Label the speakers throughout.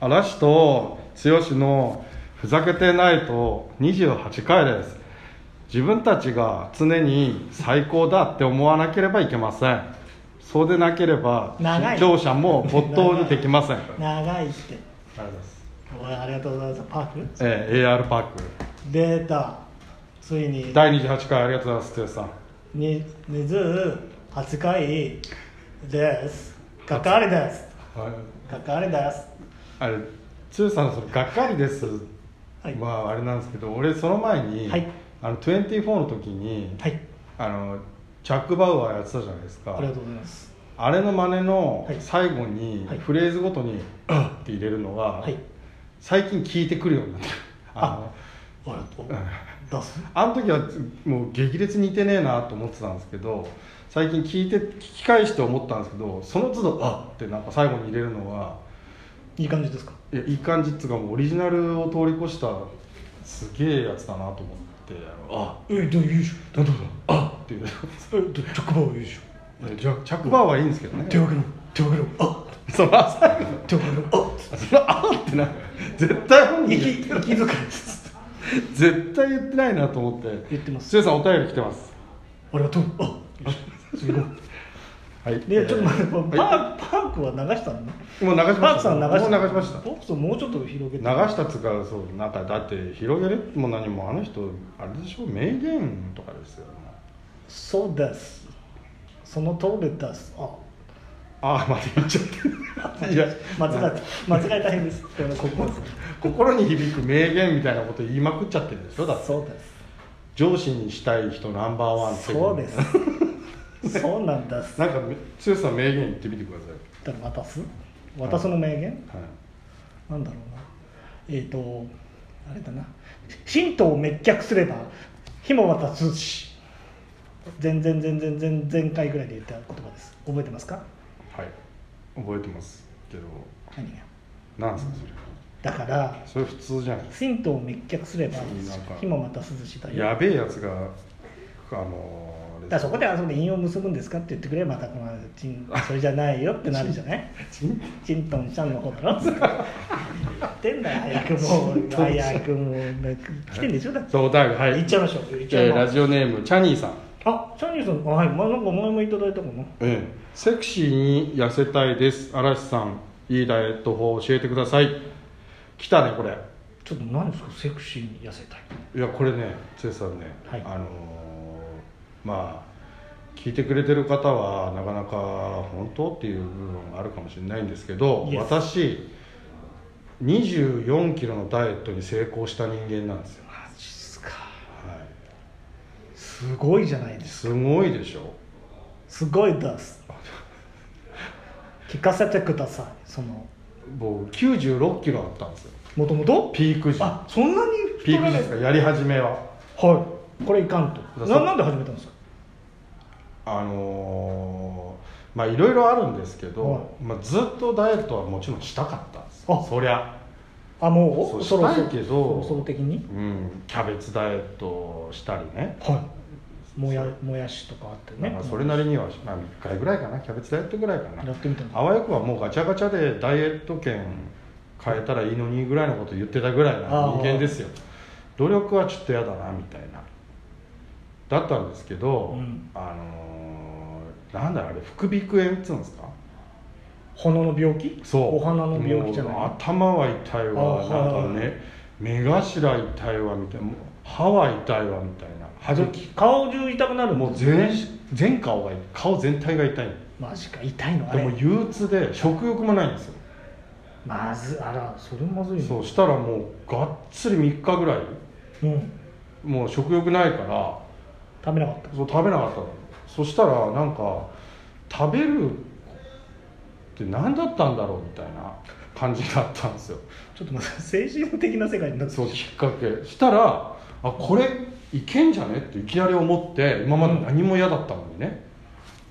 Speaker 1: 嵐と剛の「ふざけてないと」28回です自分たちが常に最高だって思わなければいけませんそうでなければ
Speaker 2: 長い
Speaker 1: 視聴者も没頭にできません
Speaker 2: 長いって
Speaker 1: ありがとうございます
Speaker 2: おいありがとうございますパーク
Speaker 1: えー AR パーク
Speaker 2: 出たついに
Speaker 1: 第28回ありがとうございます剛さん
Speaker 2: に28回ですがっかりです
Speaker 1: はい
Speaker 2: がっかりです
Speaker 1: あれ剛さんのその「がっかりです」
Speaker 2: はい
Speaker 1: はあれなんですけど俺その前に、
Speaker 2: はい
Speaker 1: あの24の時に、
Speaker 2: はい
Speaker 1: あのチャック・バウアーやってたじゃないですか
Speaker 2: ありがとうございます
Speaker 1: あれの真似の
Speaker 2: はい
Speaker 1: 最後に、
Speaker 2: はい
Speaker 1: フレーズごとに「うんって入れるのが、
Speaker 2: はい
Speaker 1: 最近聞いてくるようになってるあ
Speaker 2: ありがとう出す
Speaker 1: のあの時はもう激烈に似てねえなと思ってたんですけど最近聞いて聞き返して思ったんですけどその都度「あっ」ってなんか最後に入れるのが
Speaker 2: いい感じですか
Speaker 1: いやいい感じっつうかもうオリジナルを通り越したすげえやつだなと思って「あのあ
Speaker 2: えどういうしょどうあ
Speaker 1: っていう
Speaker 2: えどちょくばういうし
Speaker 1: いやジャ着バーはいいんですけど
Speaker 2: ょ
Speaker 1: ね
Speaker 2: 手を挙げろ手を挙げろ
Speaker 1: その朝の
Speaker 2: あ手を挙げろあ
Speaker 1: そのあってな絶対本
Speaker 2: 息
Speaker 1: 人
Speaker 2: 息遣い
Speaker 1: 絶対言ってないなと思って
Speaker 2: 言ってます
Speaker 1: 剛さんお便り来てます
Speaker 2: ありがとうあすごい
Speaker 1: はい
Speaker 2: でちょっと待ってパ
Speaker 1: は
Speaker 2: ークパークは流したの
Speaker 1: いもう流しました
Speaker 2: パークさん流した
Speaker 1: もう流しました
Speaker 2: パークさんもうちょっと広げて
Speaker 1: 流したっつうかそうなんかだって広げるも何もあの人あれでしょ名言とかですよね
Speaker 2: そうですその通りですあ
Speaker 1: ああまた言っちゃ っていや
Speaker 2: 間違えた間違えた変ですこのここ
Speaker 1: 心に響く名言みたいなこと言いまくっちゃってるでしょだって
Speaker 2: そうです
Speaker 1: 上司にしたい人ナンバーワンってい
Speaker 2: そうですそうなんです
Speaker 1: なんか剛さん名言言ってみてくだ
Speaker 2: だから渡す渡すの名言、
Speaker 1: さい、はい、
Speaker 2: なんだろうなえっ、とあれだな神道を滅却すれば火も渡すし全然全然全然回ぐらいで言った言葉です覚えてますか
Speaker 1: はい覚えてますけど
Speaker 2: 何が
Speaker 1: なんですか
Speaker 2: だから
Speaker 1: それそれ普通じゃない
Speaker 2: 神道を滅却すれば
Speaker 1: なんか
Speaker 2: 火もまた涼しだよ
Speaker 1: やべえやつがあのーあれ
Speaker 2: だからそこであそこで引用結ぶんですかって言ってくればまたこのチンそれじゃないよってなるじゃ ない
Speaker 1: チン
Speaker 2: チントンシャンの 方だろって言ってんだよ早くもう早くもう来てんでしょだって
Speaker 1: そうお便りはい
Speaker 2: 行っちゃいましょう行っちゃい
Speaker 1: えー
Speaker 2: ま
Speaker 1: ラ
Speaker 2: しょう
Speaker 1: ジオネームチャニーさん
Speaker 2: あチャンニーさんはい、まあ、なんか前もいただいたかな
Speaker 1: ええセクシーに痩せたいです嵐さんいいダイエット法教えてください来たねこれ
Speaker 2: ちょっと何ですかセクシーに痩せたい
Speaker 1: いやこれね剛さんね、
Speaker 2: はい
Speaker 1: あのーまあ聞いてくれてる方はなかなか本当っていう部分あるかもしれないんですけど
Speaker 2: Yes
Speaker 1: 私2 4キロのダイエットに成功した人間なんですよ、
Speaker 2: マジっすか
Speaker 1: は
Speaker 2: すごいじゃない
Speaker 1: い、
Speaker 2: です
Speaker 1: すごいでしょ
Speaker 2: すごいです聞かせてくださいその
Speaker 1: 僕9 6キロあったんですよ
Speaker 2: もともと
Speaker 1: ピーク時
Speaker 2: あそんなに
Speaker 1: ピ
Speaker 2: 太
Speaker 1: ーク時
Speaker 2: らない
Speaker 1: ですかやり始めは
Speaker 2: はいこれいかんと
Speaker 1: だ
Speaker 2: な
Speaker 1: そう
Speaker 2: なんで始めたんですか
Speaker 1: あのーまあいろいろあるんですけど、
Speaker 2: はい
Speaker 1: まあ、ずっとダイエットはもちろんしたかったんです
Speaker 2: あ
Speaker 1: よそりゃ
Speaker 2: あもう
Speaker 1: そ
Speaker 2: そうろ
Speaker 1: した
Speaker 2: そろ
Speaker 1: いけど
Speaker 2: そろそろ的に
Speaker 1: うん、キャベツダイエットしたりね
Speaker 2: はいもやもやしとかあって
Speaker 1: な
Speaker 2: ね
Speaker 1: んかそれなりには、まあ、3回ぐらいかなキャベツダイエットぐらいか
Speaker 2: や
Speaker 1: な
Speaker 2: ってみたの
Speaker 1: あわよくはもうガチャガチャでダイエット券変えたらいいのにぐらいのこと言ってたぐらいな
Speaker 2: あー
Speaker 1: 人間ですよ努力はちょっと嫌だなみたいなだったんですけど、
Speaker 2: うん
Speaker 1: あのーなんだろうあれ副鼻腔炎っつうんですか
Speaker 2: 鼻の病気
Speaker 1: そう
Speaker 2: お鼻の病気じゃない
Speaker 1: もう頭は痛いわ
Speaker 2: あ
Speaker 1: な
Speaker 2: は
Speaker 1: ん
Speaker 2: い
Speaker 1: かね目頭痛いわみたいなもう歯は痛いわみたいな歯茎
Speaker 2: 顔中痛くなる
Speaker 1: もう全全顔が顔全体が痛い
Speaker 2: マジか痛いのあ
Speaker 1: で
Speaker 2: れ
Speaker 1: も憂鬱で食欲もないんですよ、
Speaker 2: まずあらそれまずいね
Speaker 1: そうしたらもうがっつり3日ぐらい
Speaker 2: うん
Speaker 1: もう食欲ないから
Speaker 2: 食べなかった
Speaker 1: そう食べなかったのそしたらなんか食べるって何だったんだろうみたいな感じだったんですよ
Speaker 2: ちょっと待って精神的な世界になって
Speaker 1: そうきっかけしたらあこれいけんじゃねっていきなり思って今まで何も嫌だったのにね、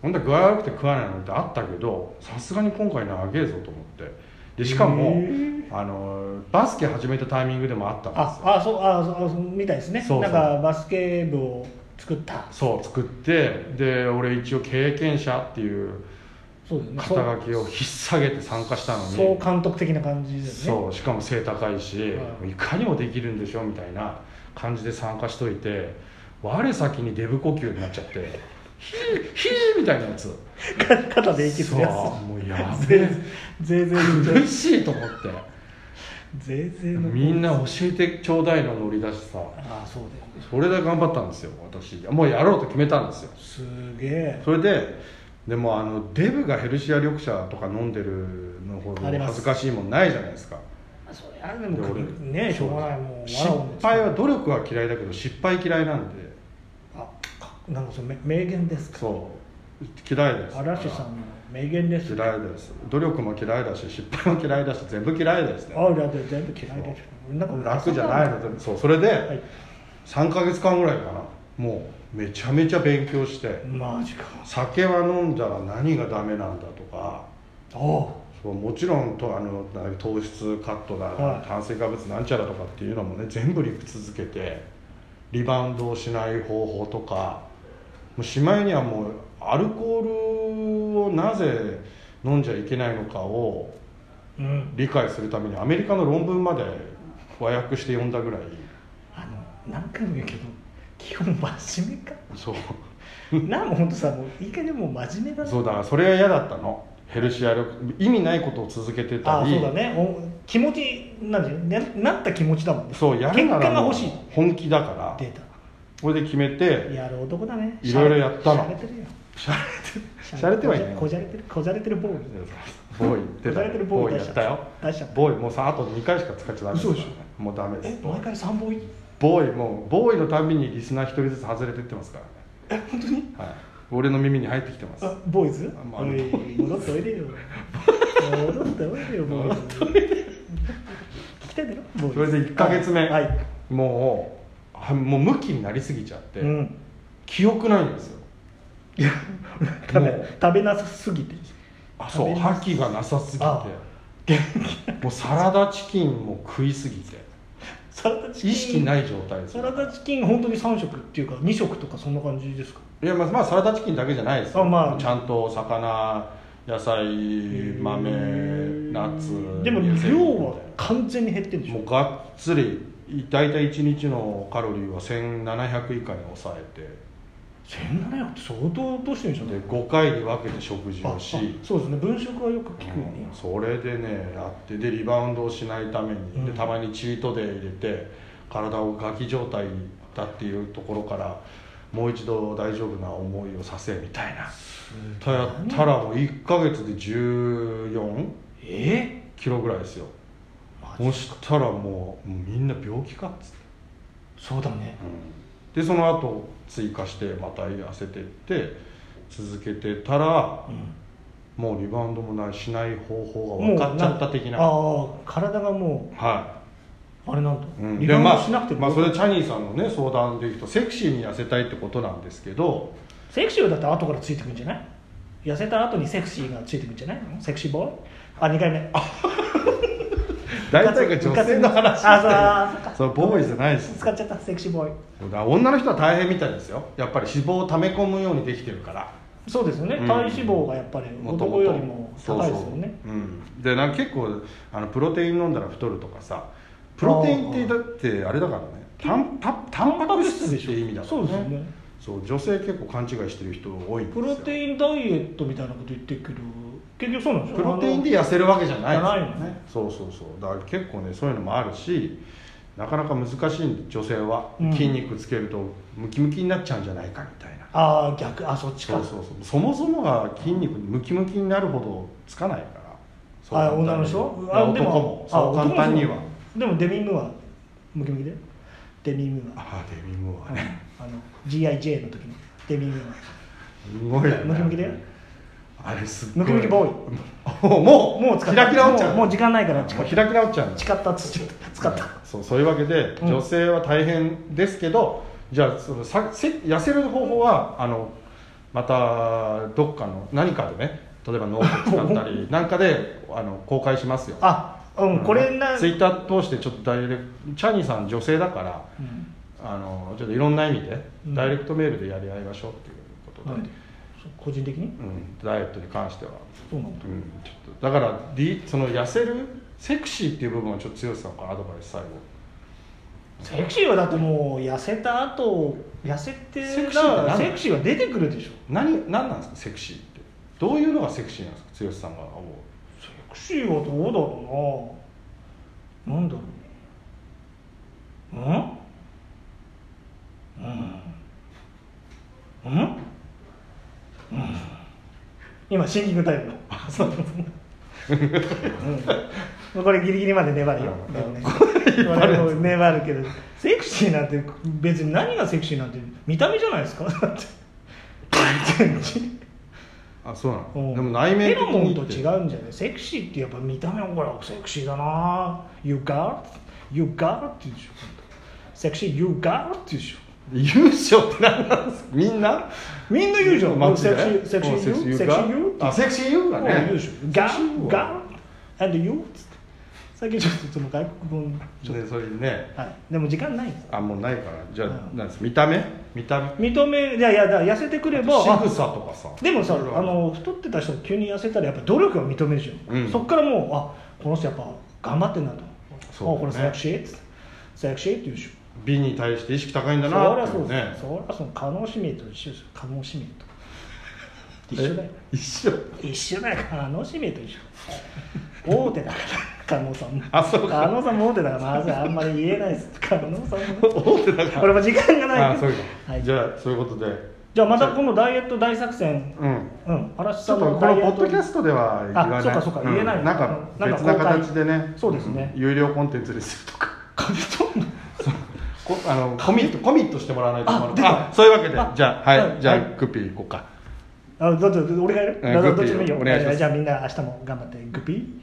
Speaker 1: ほんで具合悪くて食わないのってあったけどさすがに今回長えぞと思ってでしか
Speaker 2: へ
Speaker 1: も
Speaker 2: ー
Speaker 1: あのバスケ始めたタイミングでもあったんですよ
Speaker 2: ああそうあそうあそうみたいですね
Speaker 1: そうそう
Speaker 2: なんかバスケ部を作った
Speaker 1: そう作ってで俺一応経験者っていう
Speaker 2: そうだよね
Speaker 1: 肩書きを引っ提げて参加したのに
Speaker 2: 総監督的な感じだよね
Speaker 1: そうしかも背高いし、
Speaker 2: はい
Speaker 1: い、かにもできるんでしょみたいな感じで参加しといて我先にデブ呼吸になっちゃって「ヒーヒー」みたいなやつ
Speaker 2: か 肩で息す
Speaker 1: そう
Speaker 2: るや
Speaker 1: もうや
Speaker 2: つ
Speaker 1: べ
Speaker 2: ぜ
Speaker 1: え
Speaker 2: ぜいぜい言っちゃう
Speaker 1: 苦しいと思って
Speaker 2: ぜいぜいの
Speaker 1: みんな教えてちょうだいの乗り出しさ
Speaker 2: ああそうだよね
Speaker 1: それで頑張ったんですよ私もうやろうと決めたんですよ
Speaker 2: すげえ
Speaker 1: それででもあのデブがヘルシア緑茶とか飲んでるのほど
Speaker 2: あります
Speaker 1: 恥ずかしいもんないじゃないですか
Speaker 2: それあれでも
Speaker 1: で俺
Speaker 2: ねしょうがないもう
Speaker 1: 失
Speaker 2: 笑うもん
Speaker 1: 敗は努力は嫌いだけど失敗嫌いなんで
Speaker 2: あかなんかその名名言ですか
Speaker 1: そう嫌いです
Speaker 2: 嵐さんの名言ですあ
Speaker 1: 嫌いです努力も嫌いだし失敗も嫌いだし全部嫌いですね
Speaker 2: あだって全部嫌いでしょなんか
Speaker 1: 楽じゃない
Speaker 2: は
Speaker 1: のでそうそれで
Speaker 2: い
Speaker 1: 3か月間ぐらいかなもうめちゃめちゃ勉強して
Speaker 2: マジか
Speaker 1: 酒は飲んだら何がダメなんだとか
Speaker 2: ああ
Speaker 1: そうもちろんとあのな糖質カットだ、
Speaker 2: はい
Speaker 1: 炭水化物なんちゃらとかっていうのもね全部理屈続けてリバウンドをしない方法とかもうしまいにはもうアルコールをなぜ飲んじゃいけないのかを
Speaker 2: うん
Speaker 1: 理解するためにアメリカの論文まで和訳して読んだぐらい
Speaker 2: あの何回も言うけど基本真面 目か
Speaker 1: そう
Speaker 2: なもう本当さもういい加減もう真面目だな
Speaker 1: そうだからそれが嫌だったのヘルシア力意味ないことを続けてた
Speaker 2: ああ
Speaker 1: り
Speaker 2: そうだねお気持ちなんじゃななった気持ちだもんね
Speaker 1: そうやる
Speaker 2: 結
Speaker 1: な
Speaker 2: 果
Speaker 1: ら
Speaker 2: が
Speaker 1: もう
Speaker 2: 欲しい
Speaker 1: 本気だから
Speaker 2: デー
Speaker 1: これで決め
Speaker 2: タ
Speaker 1: て
Speaker 2: やる男だね
Speaker 1: いろいろやったの
Speaker 2: しゃれてるよ
Speaker 1: しゃしゃれてはいない
Speaker 2: こじゃれてるこじゃれてるボーイ
Speaker 1: ボーイ
Speaker 2: こ
Speaker 1: 出
Speaker 2: じゃ
Speaker 1: た
Speaker 2: れてる
Speaker 1: よ
Speaker 2: ボ
Speaker 1: ボー
Speaker 2: ーイ
Speaker 1: イ
Speaker 2: 出
Speaker 1: や
Speaker 2: し
Speaker 1: ったよ
Speaker 2: 出しちゃった
Speaker 1: ボーイもうさあと2回しか使っちゃダメです
Speaker 2: 嘘でし
Speaker 1: ょもうダメです
Speaker 2: え毎回3本い
Speaker 1: ボーイもうボーイのたびにリスナー1人ずつ外れてってますからね
Speaker 2: え本当に
Speaker 1: はい俺の耳に入ってきてます
Speaker 2: あボーイズ
Speaker 1: あまあ
Speaker 2: おい戻っておいでよ戻っておいでよボーイズ聞きたいだろボーイズ
Speaker 1: それで1か月目
Speaker 2: はい
Speaker 1: もうはもう向きになりすぎちゃって、
Speaker 2: うん
Speaker 1: 記憶ないんですよ
Speaker 2: いや食
Speaker 1: も
Speaker 2: べ
Speaker 1: う
Speaker 2: 食べなさすぎて
Speaker 1: あそ
Speaker 2: 食
Speaker 1: う
Speaker 2: べます
Speaker 1: 覇気がなさすぎて
Speaker 2: あ
Speaker 1: もうサラダチキンも食いすぎて
Speaker 2: サラダチキン
Speaker 1: 意識ない状態です
Speaker 2: サラダチキン本当に3食っていうか2食とかそんな感じですか
Speaker 1: いやまあ、まあ、サラダチキンだけじゃないですよ
Speaker 2: あまあ
Speaker 1: ちゃんと魚野菜豆ナッツ
Speaker 2: でも
Speaker 1: 野菜みたいな
Speaker 2: 量は完全に減ってるんでし
Speaker 1: も
Speaker 2: ょ
Speaker 1: うがっつり大体1日のカロリーは1700以下に抑え
Speaker 2: 1700って相当どうしてるんでし
Speaker 1: て
Speaker 2: ょう
Speaker 1: で
Speaker 2: ね
Speaker 1: 5回に分けて食事
Speaker 2: あ
Speaker 1: を
Speaker 2: あ
Speaker 1: し、
Speaker 2: そうですね分食はよく聞くよね、
Speaker 1: うんそれでねやってでリバウンドをしないために、
Speaker 2: うん
Speaker 1: でたまにチートデー入れて体をガキ状態だっていうところからもう一度大丈夫な思いをさせみたいなたやったらもう1か月で14
Speaker 2: え
Speaker 1: キロぐらいですよ
Speaker 2: マジ
Speaker 1: そしたらもうもうみんな病気かっつって、
Speaker 2: そうだね
Speaker 1: でその後追加してまた痩せてって続けてたらもうリバウンドもないしない方法が分かっちゃった的な
Speaker 2: ああ体がも
Speaker 1: はい、
Speaker 2: うあれなんだ、
Speaker 1: うん
Speaker 2: リバウンド
Speaker 1: まあ
Speaker 2: しなくても、
Speaker 1: まあ、それでチャニーさんのね相談でいくとセクシーに痩せたいってことなんですけど
Speaker 2: セクシーはだって後からついてくんじゃない痩せた後にセクシーがついてくんじゃないのセクシーボーイあ二2回目あ
Speaker 1: 大体が女性の話してる
Speaker 2: あそうあそっか
Speaker 1: そうボーイじゃないです
Speaker 2: 使っちゃったセクシーボーイ
Speaker 1: だから女の人は大変みたいですよやっぱり脂肪を溜め込むようにできてるから
Speaker 2: そうですよね、
Speaker 1: うん
Speaker 2: 体脂肪がやっぱり
Speaker 1: 元々
Speaker 2: 男よりも高いです
Speaker 1: そうそ
Speaker 2: よね
Speaker 1: ううん、でなんか結構あのプロテイン飲んだら太るとかさプロテインってだってあれだからねたんたタンパク質って意味だから
Speaker 2: そうですよね
Speaker 1: そう女性結構勘違いしてる人多いんです
Speaker 2: プ
Speaker 1: よ
Speaker 2: ロテインダイエットみたいなこと言ってるけど結局そうなんでしょ
Speaker 1: プロテインで痩せるわけじゃない
Speaker 2: じゃないよね
Speaker 1: そうそうそうだから結構ねそういうのもあるしなかなか難しいんで女性は、
Speaker 2: うん
Speaker 1: 筋肉つけるとムキムキになっちゃうんじゃないかみたいな
Speaker 2: ああ逆あそっち
Speaker 1: そ
Speaker 2: か
Speaker 1: うそうそうそもそもが筋肉ムキムキになるほどつかないからそう
Speaker 2: あ
Speaker 1: 簡単に
Speaker 2: 女の人
Speaker 1: いや
Speaker 2: あで
Speaker 1: 男も
Speaker 2: あ
Speaker 1: そう簡単には
Speaker 2: 男もそうでもデミムーはムキムキでデミムーは
Speaker 1: あデミムーはね
Speaker 2: あの GIJ の時のデミムーは
Speaker 1: すごいよね
Speaker 2: ムキムキだよ
Speaker 1: あれすっごい
Speaker 2: ムキムキボーイ
Speaker 1: イ もう
Speaker 2: もう使った
Speaker 1: キラキラおっちゃん
Speaker 2: もうもう時間ないから
Speaker 1: もう
Speaker 2: 誓
Speaker 1: 開き直っちゃうんだ
Speaker 2: 誓ったっつっちゃった使った
Speaker 1: そうそういうわけで
Speaker 2: うん
Speaker 1: 女性は大変ですけど、じゃあそのさせ痩せる方法はあのまたどっかの何かでね例えばノート使った りなんかであの公開しますよ
Speaker 2: あうんこれな
Speaker 1: ツイッター通してちょっとダイレクトチャニーさん女性だから
Speaker 2: うん
Speaker 1: あのちょっといろんな意味で、
Speaker 2: うん
Speaker 1: ダイレクトメールでやり合いましょうっていうことで、
Speaker 2: はい個人的に
Speaker 1: うん、ダイエットに関しては、
Speaker 2: そうなんだ
Speaker 1: う、ん、ちょっとだから、D、その痩せるセクシーっていう部分はちょっと強さのかなアドバイス最後
Speaker 2: セクシーはだってもう痩せた後痩せて
Speaker 1: セクシーって何
Speaker 2: らセクシーは出てくるでしょ
Speaker 1: 何何なんですかセクシーってどういうのがセクシーなんですか剛さんが思う
Speaker 2: セクシーはどうだろうななんだろううんうんうん、うん、今シンキングタ イムのそううん、これギリギリまで粘るよ、
Speaker 1: うん
Speaker 2: でもね、我々も粘るけどセクシーなんて別に何がセクシーなんて見た目じゃないですかだって 全然
Speaker 1: あそうなの、
Speaker 2: うん
Speaker 1: でも内面
Speaker 2: フェ
Speaker 1: 的
Speaker 2: ロモン
Speaker 1: に
Speaker 2: と
Speaker 1: って
Speaker 2: 違うんじゃないセクシーってやっぱ見た目はほらセクシーだな You got You got って言うでしょセクシー You got って言うでしょ
Speaker 1: 優勝って何なんですかみんな
Speaker 2: みんな言うじゃん
Speaker 1: 街
Speaker 2: セ
Speaker 1: で
Speaker 2: クシーセクシ
Speaker 1: うん
Speaker 2: ー You セクシー You って
Speaker 1: あセクシー U だね
Speaker 2: 言うでしょ
Speaker 1: セ
Speaker 2: Got
Speaker 1: クシー you
Speaker 2: Got and You っつって最近ちょっとその外国語ちょっ
Speaker 1: でそれにね
Speaker 2: とはいでも時間ないんです
Speaker 1: あもうないからじゃあ、
Speaker 2: うん
Speaker 1: なんです見た目見た目
Speaker 2: 認めいやいやだから痩せてくれば
Speaker 1: 仕
Speaker 2: あ
Speaker 1: 草とかさ
Speaker 2: でもさ
Speaker 1: いろいろ
Speaker 2: あの太ってた人が急に痩せたらやっぱ努力は認めるじゃん、
Speaker 1: うん
Speaker 2: そっからもうあこの人やっぱ頑張ってんなと
Speaker 1: そうだね
Speaker 2: あこれセクシーっつってセクシーって言うでしょ
Speaker 1: 美に対して意識高いんだ
Speaker 2: そり
Speaker 1: な
Speaker 2: ゃ
Speaker 1: って
Speaker 2: そ
Speaker 1: いうう
Speaker 2: で
Speaker 1: ね
Speaker 2: すそりゃそう可能使命と一緒ですよ可能使命と一緒だよ
Speaker 1: え 一緒
Speaker 2: 一緒だよ可能使命と一緒大手だから可能さんも
Speaker 1: あそう
Speaker 2: 加
Speaker 1: か
Speaker 2: 納さんも大手だからまずあんまり言えないです 加納さんもね
Speaker 1: 大手だから
Speaker 2: これも時間がない
Speaker 1: あそうか、
Speaker 2: はい
Speaker 1: じゃあそういうことで
Speaker 2: じゃあまたこのダイエット大作戦
Speaker 1: うん
Speaker 2: うん嵐
Speaker 1: ち
Speaker 2: さ
Speaker 1: ょ
Speaker 2: ん
Speaker 1: っと
Speaker 2: の
Speaker 1: こ
Speaker 2: ダ
Speaker 1: の
Speaker 2: イエ
Speaker 1: ポ
Speaker 2: ッ
Speaker 1: ッ
Speaker 2: ト
Speaker 1: ドキャストでは言わない
Speaker 2: あそうかそうか言えないの
Speaker 1: なんか
Speaker 2: うん
Speaker 1: 別な
Speaker 2: なんか公開
Speaker 1: 形でね
Speaker 2: そうですね
Speaker 1: ん有料コンテンツにするとか
Speaker 2: 壁とんの
Speaker 1: こあのコミットコミットしてもらわないと困
Speaker 2: あ
Speaker 1: る
Speaker 2: 出た
Speaker 1: あそういうわけで
Speaker 2: あ
Speaker 1: じゃあはい、
Speaker 2: はい
Speaker 1: じゃあ、
Speaker 2: はい
Speaker 1: グッピー行こうか
Speaker 2: あ、どっち俺がやる
Speaker 1: うん
Speaker 2: どっち
Speaker 1: グッピー
Speaker 2: どっちでもいいよ
Speaker 1: お願いします
Speaker 2: じゃあみんな明日も頑張ってグッピー